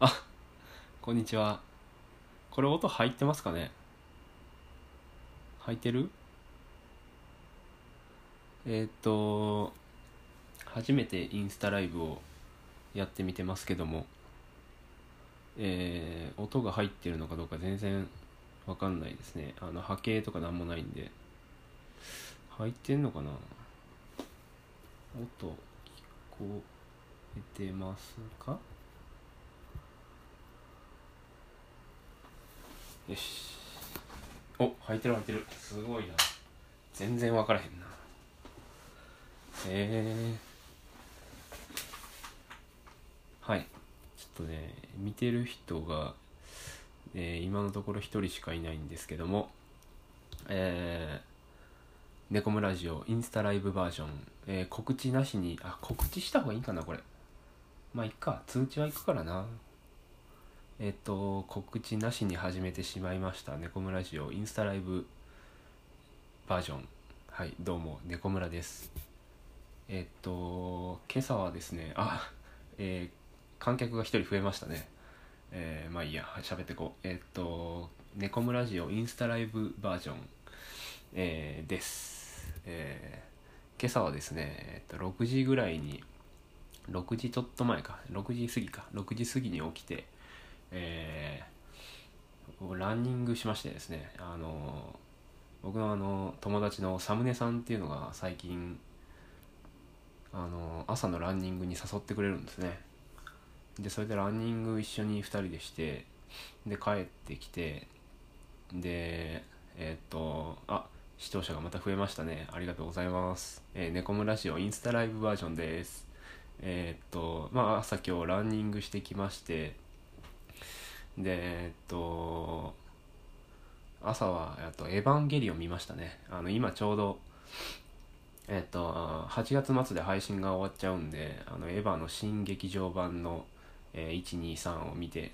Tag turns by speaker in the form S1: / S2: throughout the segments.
S1: あこんにちはこれ音入ってますかね入ってるえーっと初めてインスタライブをやってみてますけどもえー音が入ってるのかどうか全然わかんないですねあの波形とかなんもないんで入ってんのかな音聞こえてますかよしお入ってる入ってるすごいな全然分からへんなえー、はいちょっとね見てる人が、えー今のところ一人しかいないんですけどもえーネコムラジオインスタライブバージョン、えー告知なしにあ告知した方がいいかなこれまあいっか通知は行くからなえっと、告知なしに始めてしまいました、猫村ラジオインスタライブバージョン。はい、どうも、猫村です。えっと、今朝はですね、あ、えー観客が一人増えましたね。えーまあいいや、はい喋ってこう。えっと、猫村ラジオインスタライブバージョン、えーです。えー今朝はですね、えっと、6時ぐらいに、6時ちょっと前か、6時過ぎか、6時過ぎに起きて、えー僕ランニングしましてですね、あのー僕のあの友達のサムネさんっていうのが最近、あのー朝のランニングに誘ってくれるんですね。で、それでランニング一緒に2人でして、で、帰ってきて、で、えーっと、あ視聴者がまた増えましたね。ありがとうございます。えー、ネコムラジオインスタライブバージョンです。えーっと、まあ、朝今日ランニングしてきまして、でえっと朝はえっと「エヴァンゲリオン」見ましたねあの今ちょうどえっと8月末で配信が終わっちゃうんで「あのエヴァ」の新劇場版の、えー123を見て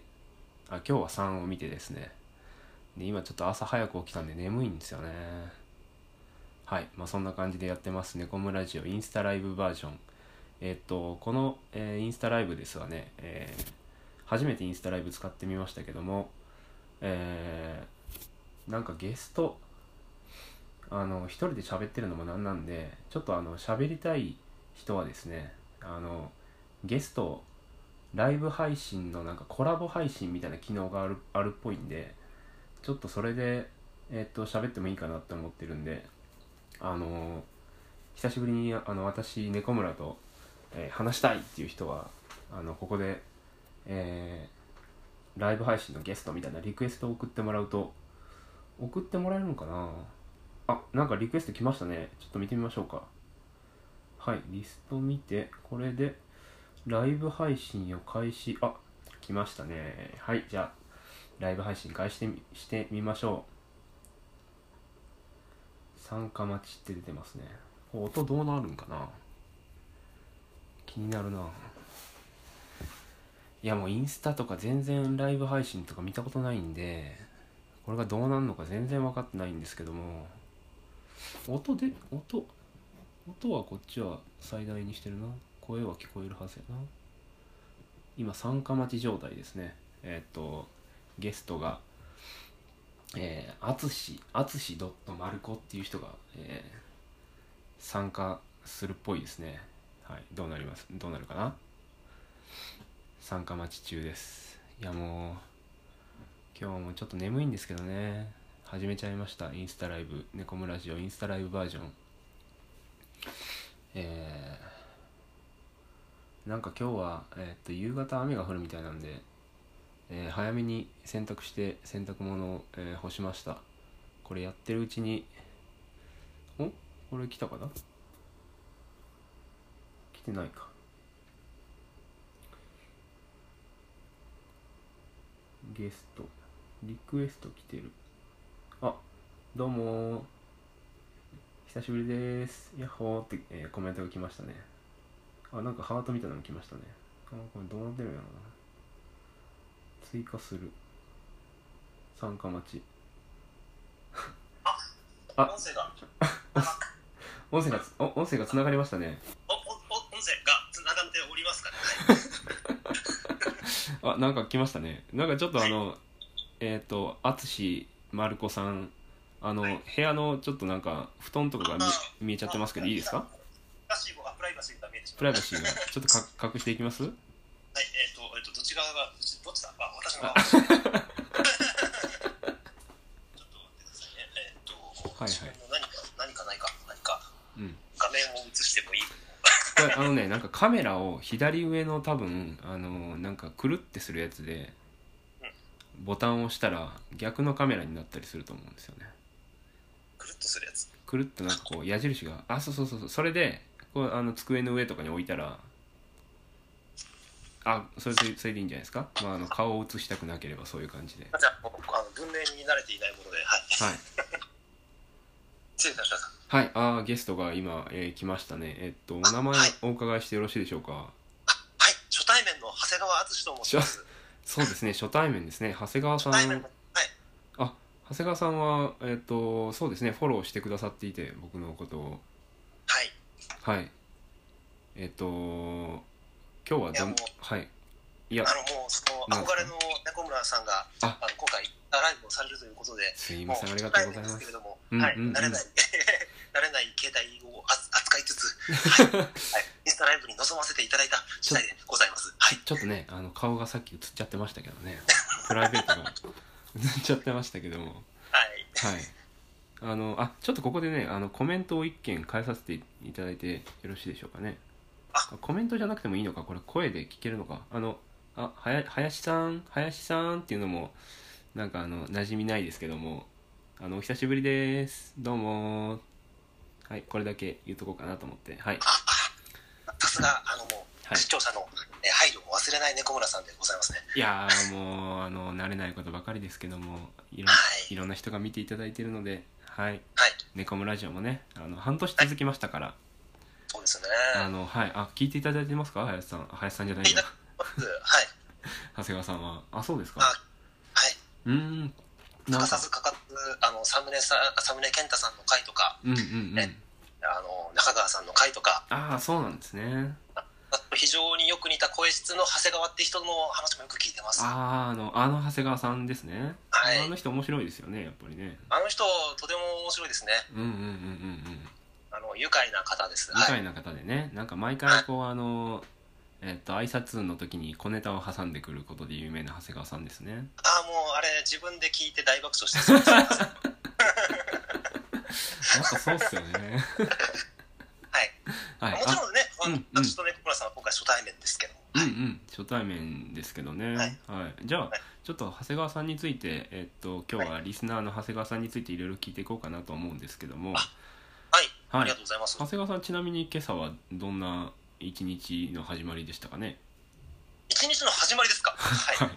S1: あ今日は3を見てですねで今ちょっと朝早く起きたんで眠いんですよねはいまあそんな感じでやってます「ネコムラジオ」インスタライブバージョンえっとこの、えーインスタライブですはね、えー初めてインスタライブ使ってみましたけどもえーなんかゲストあの一人で喋ってるのもなんなんでちょっとあの喋りたい人はですねあのゲストライブ配信のなんかコラボ配信みたいな機能があるあるっぽいんでちょっとそれでえっと喋ってもいいかなって思ってるんであの久しぶりにあの私猫村と、えー話したいっていう人はあのここでえーライブ配信のゲストみたいなリクエストを送ってもらうと送ってもらえるのかなあなんかリクエスト来ましたねちょっと見てみましょうかはいリスト見てこれでライブ配信を開始あ来ましたねはいじゃあライブ配信開始してみしてみましょう参加待ちって出てますねこれ音どうなるんかな気になるないやもうインスタとか全然ライブ配信とか見たことないんでこれがどうなんのか全然分かってないんですけども音で音音はこっちは最大にしてるな声は聞こえるはずやな今参加待ち状態ですねえーっとゲストがえー、あつしあつしドットマルコっていう人が、えー参加するっぽいですねはいどうなりますどうなるかな参加待ち中ですいやもう今日もちょっと眠いんですけどね始めちゃいましたインスタライブ猫村ラジオインスタライブバージョンえー、なんか今日は、えーっと夕方雨が降るみたいなんで、えー早めに洗濯して洗濯物を、えー干しましたこれやってるうちにおこれ来たかな来てないかゲストリクエスト来てるあどうもー久しぶりですやっほーって、えーコメントが来ましたねあなんかハートみたいなの来ましたねあこれどうなってるんやろな追加する参加待ちあ
S2: 音声が、
S1: 音声がつお音声がつながりましたね
S2: お、お、お、音声が繋がっておりますから、ね。
S1: あなんか来ましたねなんかちょっとあのえっ、と淳丸子さんあの、
S2: はい
S1: 部屋のちょっとなんか布団とかが見見えちゃってますけどいいですか
S2: プラシーボあプライバシーが見えてし
S1: プラ
S2: まう
S1: イバシーがちょっとか隠していきます
S2: はいえっ、と,、えー、とどっち側がどっちどっちだあ私の側 ちょっと待ってくださいねえっ、と、
S1: はい
S2: 自分の何か何かないか何か
S1: うん
S2: 画面を映してもいい
S1: これあのねなんかカメラを左上の多分あのなんかくるってするやつでボタンを押したら逆のカメラになったりすると思うんですよね
S2: くるっとするやつ
S1: くるっとなんかこう矢印があそうそうそうそうそれでこうあの机の上とかに置いたらあそれでそれでいいんじゃないですか、まあ、あの顔を映したくなければそういう感じで
S2: あじゃあもうあの文明に慣れていないものではい
S1: はい
S2: 失礼いたしました
S1: はいあーゲストが今、えー来ましたねえっとお名前お伺いしてよろしいでしょうか
S2: はい初対面の長谷川敦と申します
S1: そうですね初対面ですね長谷川さ
S2: 初対面
S1: ん
S2: のはい
S1: 長谷川さんはえっ、とそうですねフォローしてくださっていて僕のことを
S2: はい
S1: はいえっ、と今日はい
S2: や
S1: ど
S2: も
S1: ん
S2: う
S1: はいいや
S2: あのもうその憧れの中村さんが
S1: あ
S2: あの今回ライブをされるということです
S1: い
S2: も
S1: ま
S2: う
S1: せんありが
S2: 初
S1: とう
S2: 対
S1: ございま
S2: 面で
S1: すす
S2: けれども、
S1: うん
S2: はい、
S1: うんうん
S2: 慣れない慣れない携帯をあ扱いつつ、 はい、インスタライブに臨ませていただいた次第でございます。はい、
S1: ちょっとねあの顔がさっき映っちゃってましたけどねプライベートが映っちゃってましたけども
S2: はい、
S1: はいあのあちょっとここでねあのコメントを一件返させていただいてよろしいでしょうかね
S2: あ
S1: コメントじゃなくてもいいのかこれ声で聞けるのかあのあはや林さん林さんっていうのもなんかあの馴染みないですけどもあのお久しぶりですどうもはいこれだけ言うとこうかなと思ってはい
S2: さすがあのもう、
S1: はい
S2: 視聴者の、え配慮を忘れない猫村さんでございますね。
S1: いやーもうあの慣れないことばかりですけどもいろん
S2: はい
S1: いろんな人が見ていただいてるのではい
S2: はい、
S1: 「ネコムラジオ」もねあの半年続きましたから、
S2: そうですね。
S1: あのはいあ聞いていただいてますか林さん林さんじゃないや
S2: まずはい、
S1: 長谷川さんはあそうですか
S2: あはい、
S1: うーん
S2: 欠
S1: な
S2: か
S1: ん
S2: さ
S1: か
S2: ず欠かさずあのサムネさんサムネ健太さんの回とか、
S1: うんうんうん
S2: あの中川さんの回とか。
S1: ああそうなんですね
S2: あと非常によく似た声質の長谷川って人の話もよく聞いてます。
S1: あああのあの長谷川さんですね、
S2: はい
S1: あの人面白いですよねやっぱりね
S2: あの人、とても面白いですね。
S1: うんうんうんうんうん
S2: あの愉快な方です。
S1: 愉
S2: はい。
S1: 快な方でねなんか毎回こうあのえっと挨拶の時に小ネタを挟んでくることで有名な長谷川さんですね
S2: ああ、もうあれ、自分で聞いて大爆笑してそう です。
S1: や
S2: はい。
S1: っぱそうっすよ ね はい
S2: もち
S1: あ
S2: ろんね、
S1: うんうん
S2: 私とね、小村さんは今回初対面ですけども。
S1: うんうん初対面ですけどね
S2: は
S1: はいい、じゃあ
S2: はい
S1: ちょっと長谷川さんについてえっと今日ははリスナーの長谷川さんについていろいろ聞いていこうかなと思うんですけども、
S2: はい。あ
S1: はい
S2: りがとうございます。
S1: 長谷川さんちなみに今朝はどんな一日の始まりでしたかね
S2: 一日の始まりですか。はい。
S1: はい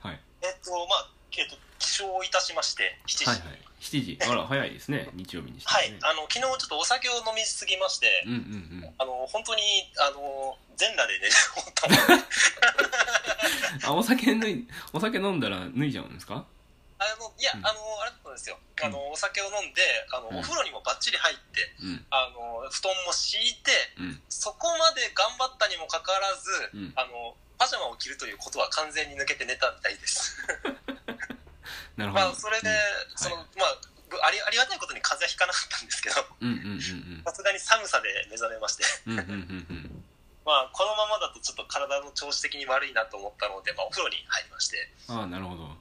S1: はい
S2: えっと、まあ、えっと、起床いたしまして、7時。
S1: は
S2: はいい。
S1: はい7時あら早いですね日曜日にしてはね、
S2: あの、昨日ちょっとお酒を飲みすぎまして、
S1: うんうんうん
S2: あの、本当に、あの、全裸 で寝て思ったもん
S1: あお酒脱いお酒飲んだら脱いじゃうんですか
S2: あの、いや、
S1: うん
S2: あの、あれだったんですよ。あの、お酒を飲んで、あの、
S1: うん
S2: お風呂にもバッチリ入って、
S1: うん
S2: あの、布団も敷いて、
S1: うん
S2: そこまで頑張ったにもかかわらず、
S1: うん
S2: あのパジャマを着るということは完全に抜けて寝たみたいです。
S1: なるほど、
S2: まあそれで、そのまあぶありありがたいことに風邪ひかなかったんですけど、
S1: うん、うんうん
S2: さすがに寒さで目覚めまして、
S1: うんうんうんうんうん
S2: まあこのままだとちょっと体の調子的に悪いなと思ったので、まあお風呂に入りまして、
S1: ああなるほど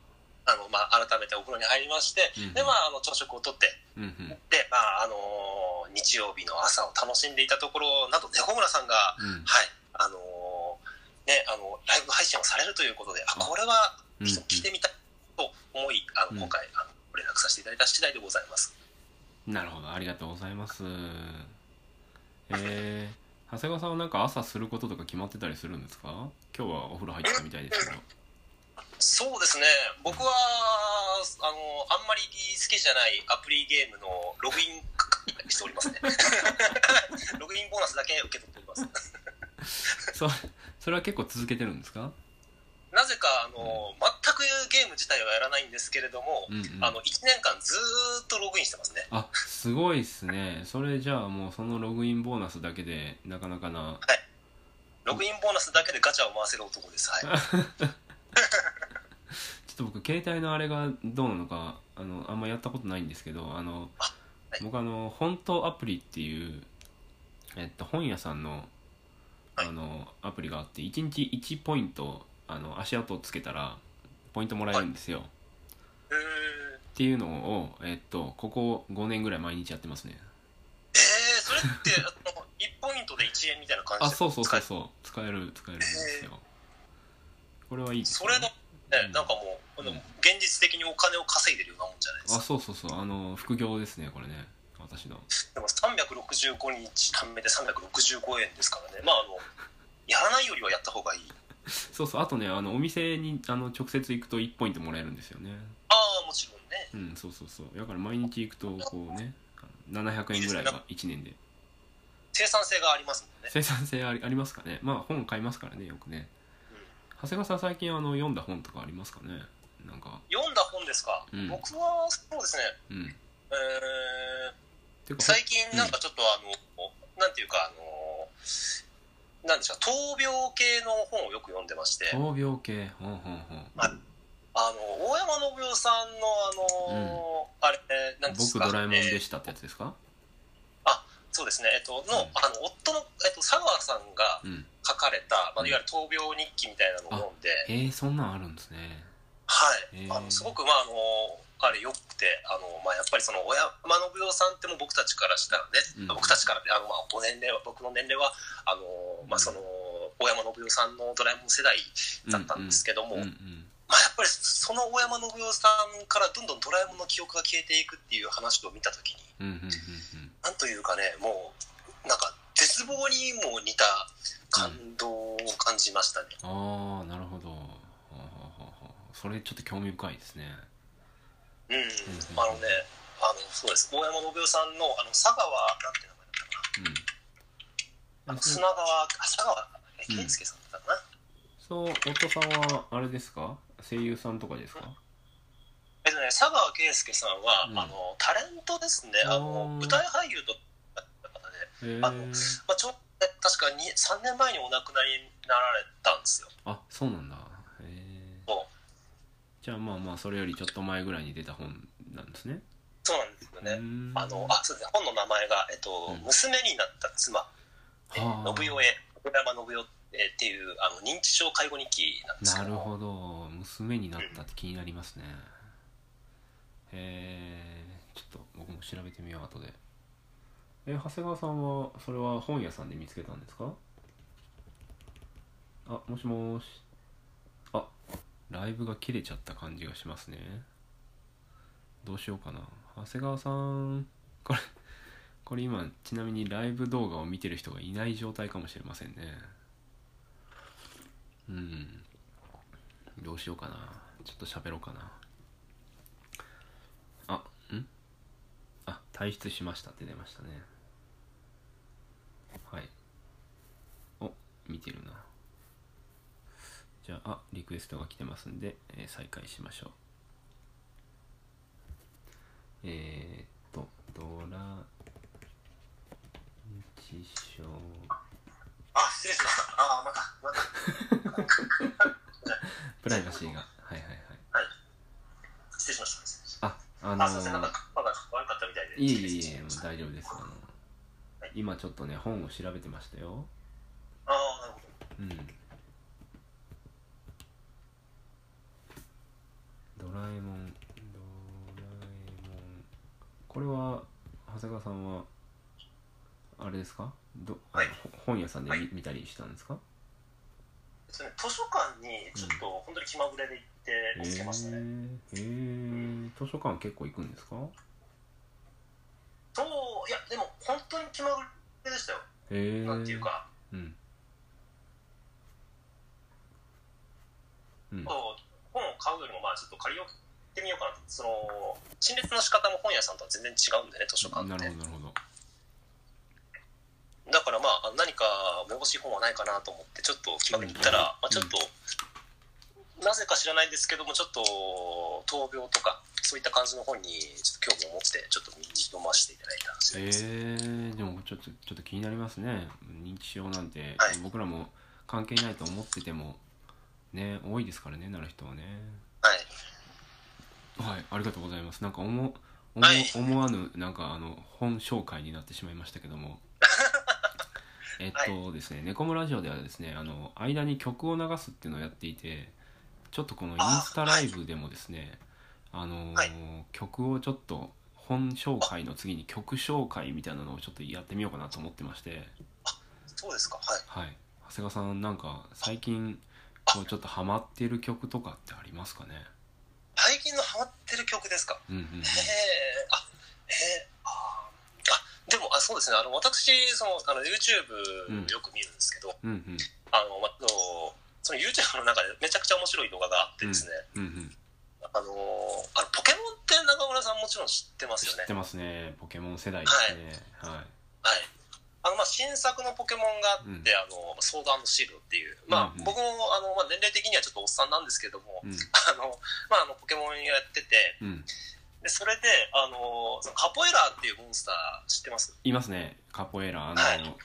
S2: あのまあ改めてお風呂に入りまして、
S1: うんうん
S2: でまああの朝食をとって、
S1: うんうん
S2: でまああのー日曜日の朝を楽しんでいたところ、なんと猫村さんが
S1: うん
S2: はい、あのーね、あの、ライブ配信をされるということで、あ、これは、
S1: うん
S2: ちょっと聞いてみたいと思い、あ
S1: うん
S2: の、今回、あの、ご連絡させていただいた次第でございます。
S1: なるほどありがとうございますえー、長谷川さんはなんか朝することとか決まってたりするんですか今日はお風呂入ってたみたいですけ ど
S2: そうですね、僕は、あの、あんまり好きじゃないアプリゲームのログインしており ますね。ログインボーナスだけ受け取っております。
S1: そそれは結構続けてるんですか
S2: なぜか、あの、全くゲーム自体はやらないんですけれども
S1: う、んうん
S2: あの、1年間ずーっとログインしてますね。
S1: あすごいっすねそれじゃあもうそのログインボーナスだけでなかなかな
S2: ログインボーナスだけでガチャを回せる男です。はい。
S1: 携帯のあれがどうなのかあのあんまやったことないんですけどあの
S2: あはい
S1: 僕あの本当アプリっていう、えっと、本屋さんのあ
S2: はい
S1: のアプリがあって1日1ポイントあの足跡をつけたらポイントもらえるんですよ、っ
S2: えー、
S1: ていうのを、えっと、ここ5年ぐらい毎日やってますね
S2: えー、それってあの1ポイントで1円みたいな感じで
S1: あそうそうそう
S2: 使
S1: そう使える使えるんですよこれはいい
S2: え
S1: です
S2: そ
S1: ね
S2: れの、ね
S1: うん
S2: なんかもう、でも現実的にお金を稼いでるようなもんじゃないで
S1: あ
S2: すか
S1: そうそうそうあの副業ですねこれね私の
S2: でも365日貯めて365円ですからねまああのやらないよりはやった方がいい
S1: そうそうあとねあのお店にあの直接行くと1ポイントもらえるんですよね
S2: ああもちろんね
S1: うんそうそうそうだから毎日行くとこうねあの700円ぐらいが1年で
S2: 生産性がありますもんね
S1: 生産性ありありますかねまあ本買いますからねよくね長谷川さん最近あの読んだ本とかありますかねなんか
S2: 読んだ本ですか、
S1: うん
S2: 僕はそうですね、
S1: うん
S2: えー、
S1: てか
S2: 最近なんかちょっとあの、なんていうかあのなんでしょう闘病系の本をよく読んでまして
S1: 闘病系ほんほんほん
S2: ああの大山信代さんのあの、あれなんです
S1: 僕
S2: か
S1: ドラえもん
S2: え
S1: で
S2: ー
S1: したってやつですか
S2: そうですねえっと
S1: う
S2: の,、
S1: ん
S2: あの夫の、えっと、佐川さんが
S1: うん
S2: 書かれた、
S1: う
S2: まあ、
S1: ん
S2: いわゆる闘病日記みたいなのを読んで、
S1: えー、そんなんあるんですね
S2: はい、
S1: へー
S2: あのすごくまああのあれよくてあの、まあ、やっぱりその親山信代さんってもう僕たちからしたらね、
S1: うん
S2: 僕たちからってあの、まあ、ご年齢は僕の年齢はあの、まあ、その大山信代さんの「ドラえもん」世代だったんですけど
S1: うん
S2: も、
S1: うん
S2: まあ、やっぱりその大山信代さんからどんどん「ドラえもん」の記憶が消えていくっていう話を見た時に
S1: うんうんうんうん
S2: なんというかねもうなんか絶望にも似た感動を感じましたね。
S1: ああなるほどはあはあはあはあそれちょっと興味深いですね
S2: うん、あのね、あの、そうです。大山信代さんの、あの、佐川、なんて名前だったか
S1: う
S2: な。あ
S1: ん
S2: の砂川、あ佐川
S1: うん
S2: 健介さんだったかな。
S1: そう夫さんはあれですか声優さんとかですか
S2: えっとね、佐川健介さんは、
S1: うん
S2: あの、タレントですね。あの
S1: あー、
S2: 舞台俳優と。方で、
S1: へえ
S2: あのまあ、ちょ、確かに、三年前にお亡くなりになられたんですよ。
S1: あそうなんだへえ
S2: そう
S1: じゃあまあまあそれよりちょっと前ぐらいに出た本なんですね
S2: そうなんですよ
S1: う
S2: ね。
S1: ん
S2: あの、あ、そうですね。本の名前が、えっと、
S1: うん
S2: 娘になった妻。え
S1: はあ
S2: ー信代へ、小山信代。えーっていうあの認知症介護日記なんですけ
S1: な
S2: ど
S1: るほど娘になったって気になりますねへえちょっと僕も調べてみよう後でえ長谷川さんはそれは本屋さんで見つけたんですかあもしもーしあライブが切れちゃった感じがしますねどうしようかな長谷川さんこれこれ今ちなみにライブ動画を見てる人がいない状態かもしれませんねうんどうしようかなちょっと喋ろうかなあんあ退出しましたって出ましたねはいお見てるなじゃああリクエストが来てますんで、えー再開しましょうえー、っとドラ認知症
S2: あ、失礼しました。あ、また、また。
S1: プライバシーがはいはいはい
S2: 失礼しまし
S1: あ
S2: た。
S1: あの
S2: あ、すいません。なん
S1: ー
S2: か、まだ悪かったみたいで。
S1: いえいえい
S2: 失
S1: え、も
S2: 礼
S1: う
S2: しました
S1: 大丈夫です。あの
S2: はい
S1: 今ちょっとね、本を調べてましたよ。
S2: あー、なるほど。
S1: うん。ドラえもん、ドラえもん。これは、長谷川さんは、あれですかど、あの
S2: はい
S1: ほ本屋さんで見,、
S2: はい
S1: 見たりしたんですか
S2: それ図書館に、ちょっと、本当に気まぐれで行って、
S1: へ
S2: 見つけましたね。
S1: ー、えー、図書館結構行くんですか
S2: そう、いや、でも、本当に気まぐれでしたよ。
S1: へえー。
S2: なんていうか、
S1: うん。うん。
S2: そう本を買うよりも、まあ、ちょっと借りよう。ってみようかなとその陳列の仕方も本屋さんとは全然違うんでね図書館
S1: な
S2: っ
S1: る
S2: て
S1: ほど、なるほど。
S2: だからまあ何かめぼしい本はないかなと思ってちょっと気まぐれに行ったら、まあ、ちょっと、なぜか知らないんですけどもちょっと闘病とかそういった感じの本にちょっと興味を持ってちょっと読ませていただいたんですよ、
S1: えー、でもちょっとちょっと気になりますね認知症なんて、
S2: はい
S1: 僕らも関係ないと思っててもね多いですからねなる人はね
S2: はい
S1: はいありがとうございますなんか思思,、
S2: はい
S1: 思わぬなんかあの本紹介になってしまいましたけど もえっとですね「猫、コムラジオ」ではですねあの間に曲を流すっていうのをやっていてちょっとこのインスタライブでもですねあのー
S2: はい
S1: 曲をちょっと本紹介の次に曲紹介みたいなのをちょっとやってみようかなと思ってまして
S2: そうですか。はい。
S1: はい長谷川さんなんか最近こうちょっとハマってる曲とかってありますかね
S2: 最近のハマってる曲ですか。
S1: うんうんうん
S2: へえ。あ、へえ。あー、あでもあそうですね。あの私そのあの YouTube よく見るんですけど、
S1: うんうん
S2: あのまあのその YouTube の中でめちゃくちゃ面白い動画があってですね。
S1: うんうん
S2: あのーあのポケモンって中村さんもちろん知ってます
S1: 知
S2: よ
S1: っ
S2: ね
S1: て。ますねポケモン世代ですねはい
S2: はい。あのまあ新作のポケモンがあって、
S1: うん
S2: あのソードシールドっていう、ま
S1: う
S2: あ、
S1: んうん
S2: 僕もあの、まあ、年齢的にはちょっとおっさんなんですけども、
S1: うん
S2: あのまあ、あのポケモンやってて
S1: うん
S2: でそれであのそのカポエラーっていうモンスター知ってます
S1: いますねカポエラあの、
S2: はい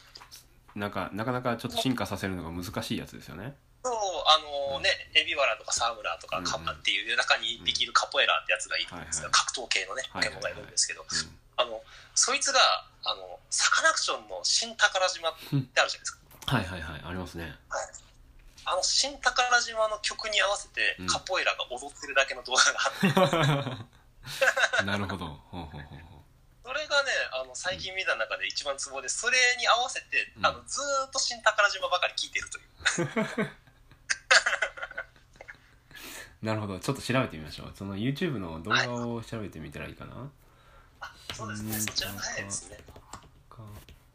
S1: なんかなかなかちょっと進化させるのが難しいやつですよね
S2: そうあの、
S1: うん
S2: ねエビワラとかサームラとかカッパっていう中に一匹いるカポエラーってやつがいるんですが、
S1: うん
S2: 格闘系のねポケモンがいるんですけど、
S1: うん
S2: あのそいつがあのサカナクションの新宝島ってあるじゃないですか。
S1: はいはいはいあります ね
S2: はいあの新宝島の曲に合わせて
S1: うん
S2: カポエラが踊ってるだけの動画があ って、
S1: なるほどほうほうほうほ
S2: それがねあの最近見た中で一番ツボでそれに合わせて、
S1: うん
S2: あのずーっと新宝島ばかり聴いてるという
S1: うなるほどちょっと調べてみましょうその YouTube の動画を調べてみたらいいかな
S2: あそうですね
S1: うん
S2: そちらの早いですね
S1: か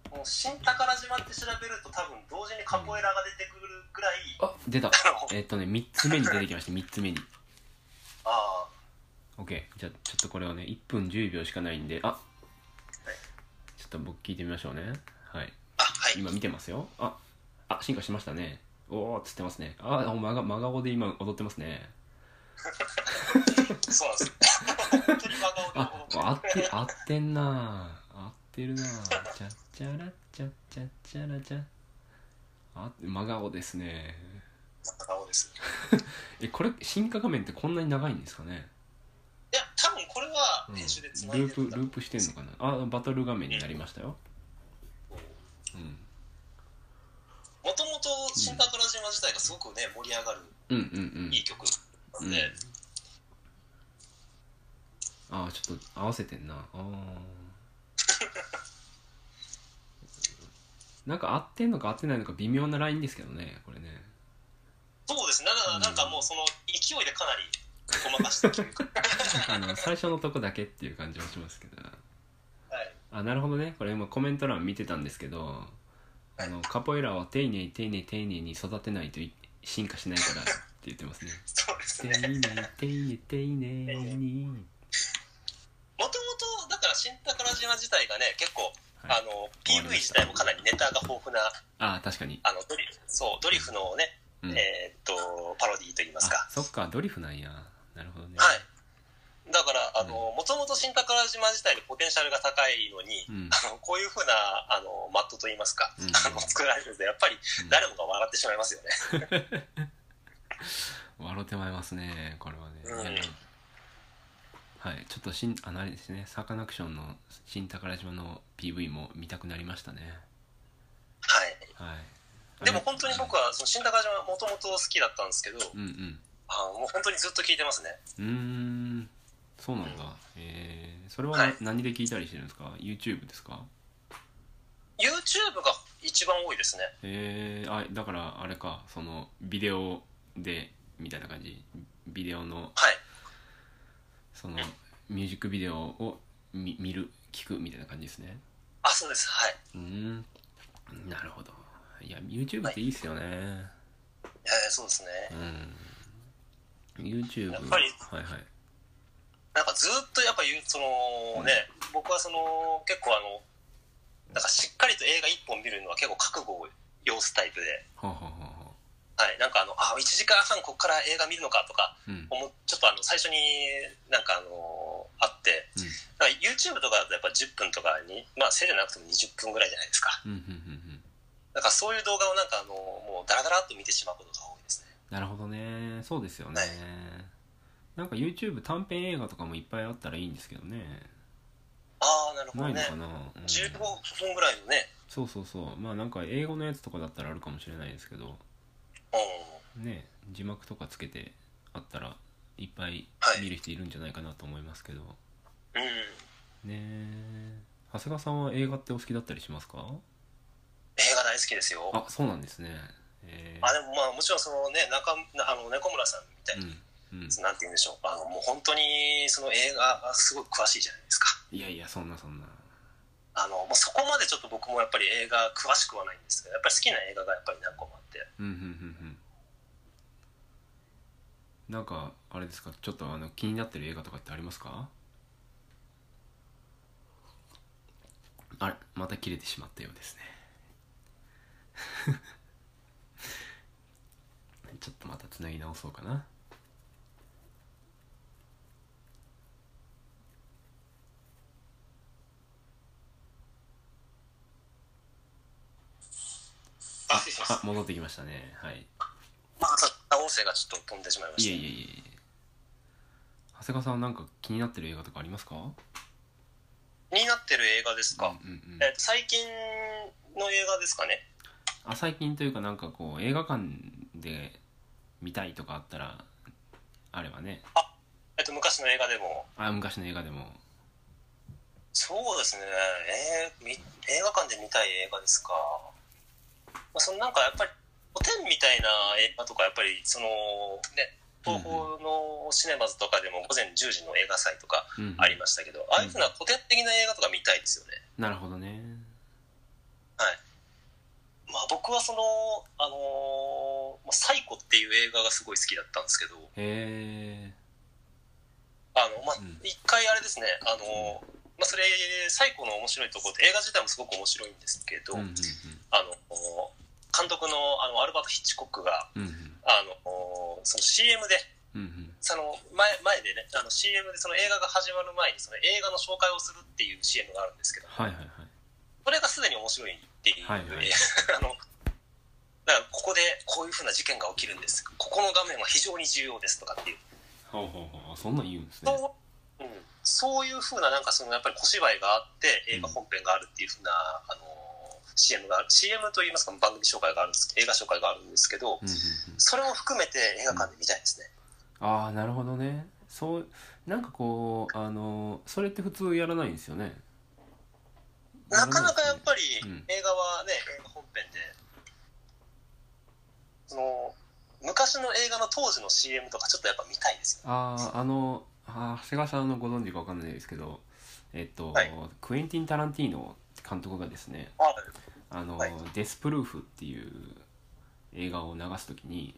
S2: もう新宝島って調べると多分同時にカポエラが出てくるぐらい、
S1: あ出た
S2: あの
S1: えっとね3つ目に出てきました3つ目に
S2: あ
S1: OK じゃあちょっとこれをね1分10秒しかないんであちょっと僕聞いてみましょうねはい
S2: ああはい
S1: 今見てますよああ進化しましたねおおっつってますねあお真が真顔で今踊ってますね
S2: そ うなんです本当に真顔で
S1: あ
S2: 踊って
S1: 合
S2: る
S1: って合ってんな合ってるなチャッチャラチャッチャッチャラチャあ真顔ですね
S2: 真顔です
S1: えこれ進化画面ってこんなに長いんですかね、
S2: いや多分これは
S1: うん
S2: 編集で繋い
S1: ル
S2: で
S1: ープ
S2: るんだ
S1: ループしてんのかなあバトル画面になりましたようん
S2: もともと新宝島自体がすごくね盛り上がる
S1: うんうん
S2: いい曲な
S1: うん
S2: んで、
S1: うんああちょっと合わせてんなああ なんか合ってんのか合ってないのか微妙なラインですけどねこれね
S2: そうですねだからなんかもうその勢いでかなりごまかしたというか
S1: あ の最初のとこだけっていう感じはしますけど
S2: はい
S1: あなるほどねこれ今コメント欄見てたんですけどあのカポエラは丁寧に丁寧に丁寧に育てないとい進化しないからって言って ますね
S2: そうです
S1: 丁
S2: ね
S1: 寧丁寧丁寧に
S2: もともとだから新宝島自体がね結構、
S1: はい
S2: あの
S1: 終わり
S2: PV
S1: ました
S2: 自体もかなりネタが豊富な
S1: ああ確かに
S2: あのドリフそうドリフのね、
S1: うん
S2: えーっとパロディといいます
S1: あ
S2: か
S1: そっかドリフなんやなるほどね
S2: はいだからあのもともと新宝島自体でポテンシャルが高いのに、
S1: うん
S2: あのこういうふうなあのマットといいますか、
S1: うん
S2: あの作られてるとやっぱり誰もが笑ってしまいますよね。
S1: 笑ってまいますねこれはね、
S2: うん
S1: いやはいちょっと新あのあれですねサカナクションの新宝島の PV も見たくなりましたね
S2: はい、
S1: はい
S2: でも本当に僕
S1: は
S2: はその新高島もともと好きだったんですけど、
S1: うんうん
S2: あもう本当にずっと聞いてますね。
S1: うーんそうなんだえー、それは、
S2: はい
S1: 何で聞いたりしてるんですか YouTube ですか
S2: YouTube が一番多いですね。
S1: えー、あだからあれかそのビデオでみたいな感じビデオの
S2: はい、
S1: そのミュージックビデオを見見る聞くみたいな感じですね
S2: あそうです。はい。
S1: うーんなるほどいや YouTube っていいっすよね、
S2: えーそうですね。
S1: うん YouTube
S2: やっぱり
S1: はいはい
S2: なんかずっとやっぱ言うそのね、僕はその結構あのなんかしっかりと映画一本見るのは結構覚悟を要すタイプで。
S1: ほうほうほうほ
S2: はい、なんかあのあ1時間半ここから映画見るのかとか
S1: ううん
S2: 思っちょっとあの最初になんかあのあってだから YouTube とかだとやっぱ10分とかに、まあ、せいでなくても20分ぐらいじゃないですか。
S1: うんうんうんうんうん
S2: だからそういう動画をなんかあの、もうダラダラっと見てしまうことが多いですね。
S1: なるほどねそうですよねなんか YouTube 短編映画とかもいっぱいあったらいいんですけどね
S2: ああなるほ
S1: な
S2: ど
S1: いの
S2: ね
S1: かな、うん
S2: 15分ぐらいのね
S1: そうそうそうまあなんか英語のやつとかだったらあるかもしれないですけど
S2: うん
S1: ね字幕とかつけてあったらいっぱい
S2: はい
S1: 見る人いるんじゃないかなと思いますけど、
S2: うん
S1: ねえ長谷川さんは映画ってお好きだったりしますか
S2: 映画大好きですよあ
S1: あそうなんですねえ
S2: でもまあもちろんそのね中あの猫村さんみたい
S1: ー
S2: に、
S1: うんうん
S2: なんて言うんでしょうあのもう本当にその映画がすごく詳しいじゃないですか
S1: いやいやそんなそんな
S2: あのもうそこまでちょっと僕もやっぱり映画詳しくはないんですけどやっぱり好きな映画がやっぱり何個もあって
S1: うんうんうんうんなんかあれですかちょっとあの気になってる映画とかってありますかあれまた切れてしまったようですね ちょっとまたつなぎ直そうかな
S2: あ失礼します
S1: あ戻ってきましたねはい
S2: また音声がちょっと飛んでしまいま
S1: い
S2: し
S1: え
S2: た
S1: いえいえいえ長谷川さんはなんか気になってる映画とかありますか
S2: 気になってる映画ですか、
S1: うんうんうん
S2: えっと最近の映画ですかね
S1: あ最近というかなんかこう映画館で見たいとかあったらあればね
S2: えっと昔の映画でも
S1: あ昔の映画でも
S2: そうですね、えーみ映画館で見たい映画ですか、まあ、そのなんかやっぱり古典みたいな映画とかやっぱりそのね東宝のシネマズとかでも午前10時の映画祭とか
S1: うん
S2: ありましたけど、ああいうふうな古典的な映画とか見たいですよね
S1: なるほどね
S2: まあ僕はそのあのーまあサイコっていう映画がすごい好きだったんですけど
S1: へえ
S2: あのまあ
S1: うん
S2: 一回あれですねあのーまあそれサイコの面白いところって映画自体もすごく面白いんですけど、
S1: うんうん
S2: あの監督のあのアルバート・ヒッチコックが
S1: うんうん
S2: あのその CM で
S1: うんうん
S2: その前前でねあの CM でその映画が始まる前にその映画の紹介をするっていう CM があるんですけど
S1: はいはいはい
S2: それがすでに面白いっていう、
S1: はいはい
S2: あのだからここでこういうふうな事件が起きるんですここの画面は非常に重要ですとかっていう、
S1: ほうほうほうそんなん言うんですね
S2: そううん、そういうふうななんかそのやっぱり小芝居があって映画本編があるっていうふうな、あの CM がある CM といいますか番組紹介があるんです映画紹介があるんですけど、
S1: うんうんうん
S2: それも含めて映画館で見たいですね。
S1: ああなるほどねそうなんかこうあのそれって普通やらないんですよね
S2: なかなかやっぱり
S1: うん
S2: 映画はね、映画本編で、その、昔の映画の当時の CM とかちょっとやっぱ見たいですよね。
S1: あああのあー長谷川さんのご存知かわかんないですけどえっと、
S2: はい
S1: クエンティン・タランティーノ監督がですね
S2: あ
S1: あの、
S2: はい
S1: デスプルーフっていう映画を流すときに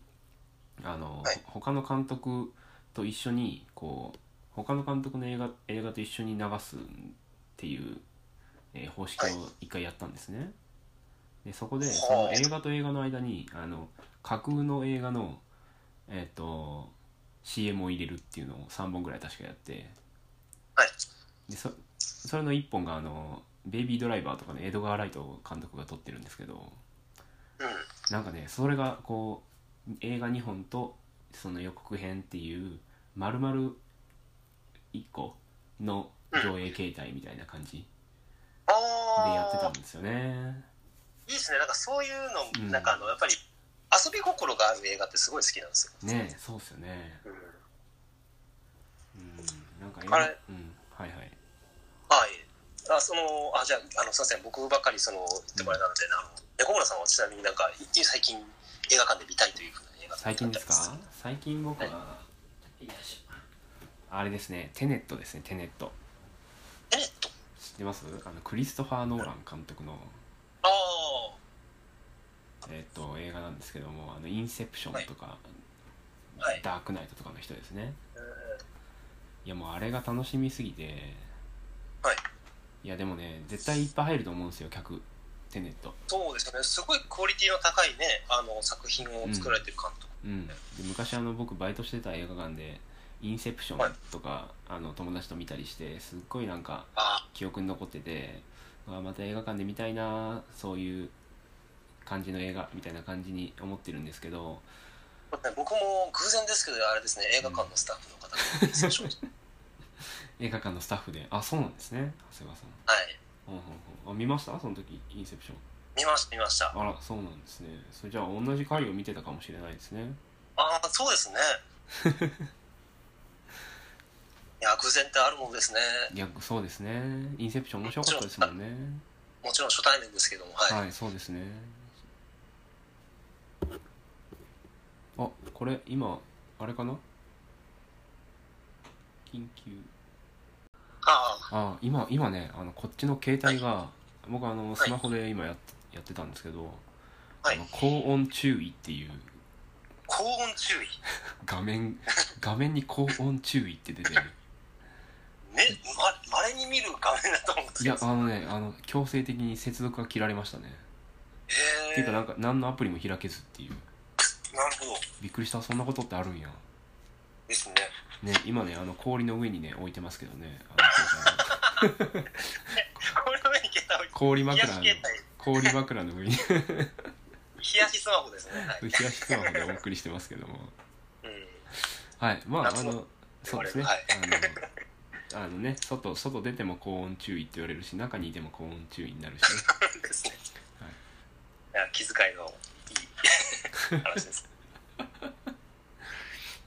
S1: あの、
S2: はい
S1: ほ他の監督と一緒にこう他の監督の映画映画と一緒に流すっていう、えー方式を一回やったんですね、でそこで
S2: はあ
S1: その映画と映画の間にあの架空の映画のえっ、と CM を入れるっていうのを3本ぐらい確かやって
S2: はい
S1: でそそれの1本があの「ベイビードライバー」とかのエドガー・ライト監督が撮ってるんですけど
S2: うん。
S1: なんかねそれがこう映画2本とその予告編っていう丸々1個の上映形態みたいな感じでやってた
S2: あ
S1: んですよね。
S2: ーいいですね。なんかそういう
S1: う
S2: の、
S1: ん
S2: なんかあの、やっぱり遊び心がある映画ってすごい好きなんですよ。
S1: ねえそうっすよね。
S2: うん。
S1: うん、なんか映
S2: あれ
S1: うん、はいはい。
S2: はい。あ、その、あ、じゃあ、あの、すいません。僕ばっかりその、言ってもらえたので、あの、猫村さんはちなみになんか、最近映画館で見たいというふうな映画
S1: 最近ですか最近僕は、
S2: は
S1: よいしょあれですねテネットですねテネット
S2: えっと、
S1: 知ってますあのクリストファー・ノーラン監督の、
S2: ああ。
S1: えっと映画なんですけども「あのインセプション」とか、
S2: はい
S1: ダークナイト」とかの人ですね
S2: うん
S1: いやもうあれが楽しみすぎて
S2: はい
S1: いやでもね絶対いっぱい入ると思うんですよ客テネット
S2: そうですね、すごいクオリティの高いね、あの作品を作られてる監督。
S1: うんで昔あの僕バイトしてた映画館で「インセプション」とか、あの友達と見たりしてすっごいなんか
S2: あ
S1: 記憶に残っててうわまた映画館で見たいなそういう感じの映画みたいな感じに思ってるんですけど
S2: 僕も偶然ですけど、あれですね、映画館のスタッフの方が接 触して、
S1: 映画館のスタッフであそうなんですね長谷川さん
S2: はい、
S1: うんうんうんあ見ましたその時インセプション
S2: 見ました、見ました。
S1: あらそうなんですねそれじゃあ同じ回を見てたかもしれないですね
S2: ああ、そう ですね。いや、偶然ってあるもんですね。
S1: いやそうですねインセプション面白かったですもんね
S2: もちろん初対面ですけども、はい。
S1: はいそうですねあこれ今あれかな緊急
S2: ああ、
S1: あ今今ねあのこっちの携帯が僕あのスマホで今やっやってたんですけど、
S2: は
S1: あ
S2: い
S1: の高音注意っていう
S2: 高温注意。
S1: 画面画面に高音注意って出 てる
S2: め、ま、稀に見る画面だと思うんです
S1: い
S2: けど
S1: やあのねあの強制的に接続が切られましたねっ
S2: へ
S1: て
S2: え
S1: いうかなんか何のアプリも開けずっていう
S2: なるほど。
S1: びっくりしたそんなことってあるんや
S2: ですね。
S1: ね今ねあの氷の上にね置いてますけどねあの携帯を
S2: これの上に携帯を
S1: 氷
S2: 冷やし
S1: 枕の
S2: 携帯、
S1: 氷枕の上に
S2: 冷やしスマホですね。はい。
S1: 冷やしスマホでお送りしてますけども
S2: うん。
S1: はいまああ
S2: 夏の
S1: のそうですね、
S2: はい
S1: あのあのね外外出ても高温注意って言われるし中にいても高温注意になるしね
S2: ですね。
S1: はい
S2: いや、気遣いのいい話です。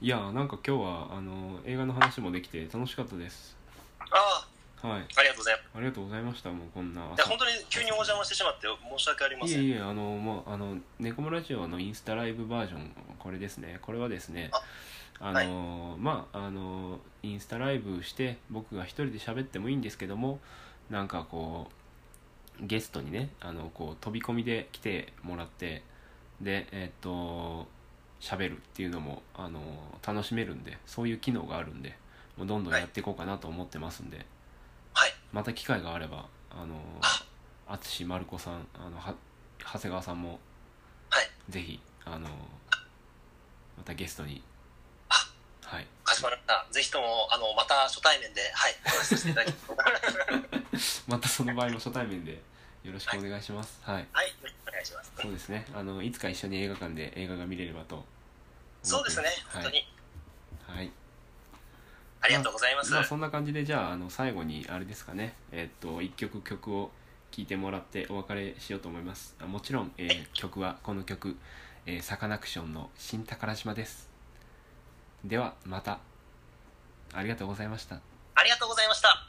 S1: いやなんか今日はあの映画の話もできて楽しかったです
S2: ああ、
S1: はい
S2: ありがとうございます。
S1: ありがとうございましたもうこんない
S2: や、
S1: 朝
S2: 本当に急にお邪魔してしまって申し訳ありま
S1: い
S2: せん。
S1: えいえあのもうあの「猫もラジオ」のインスタライブバージョンこれですねこれはですねあの、
S2: はい
S1: まああのインスタライブして僕が一人で喋ってもいいんですけどもなんかこうゲストにねあのこう飛び込みで来てもらってでえっと喋るっていうのもあの楽しめるんでそういう機能があるんでもうどんどんやっていこうかなと思ってますんで、
S2: はい。
S1: また機会があればあの
S2: あ
S1: 淳丸子さんあのは長谷川さんも
S2: はい。
S1: ぜひあのまたゲストに
S2: あ
S1: はい
S2: かしこまりました。ぜひとも、あの、また初対面で、はい、お話しさせていただきます。
S1: またその場合も初対面でよろしくお願いしますはい
S2: はい、よろしくお願いします。
S1: そうですねあのいつか一緒に映画館で映画が見れればと思って
S2: そ
S1: ま
S2: うですね、本
S1: は
S2: 当に。
S1: い、はい
S2: ありがとうございます。
S1: まあ、そんな感じでじゃああの最後にあれですかねえっと一曲曲を聴いてもらってお別れしようと思いますあもちろん、えー曲はこの曲えーサカナクションの「新宝島」ですではまたありがとうございました
S2: ありがとうございました。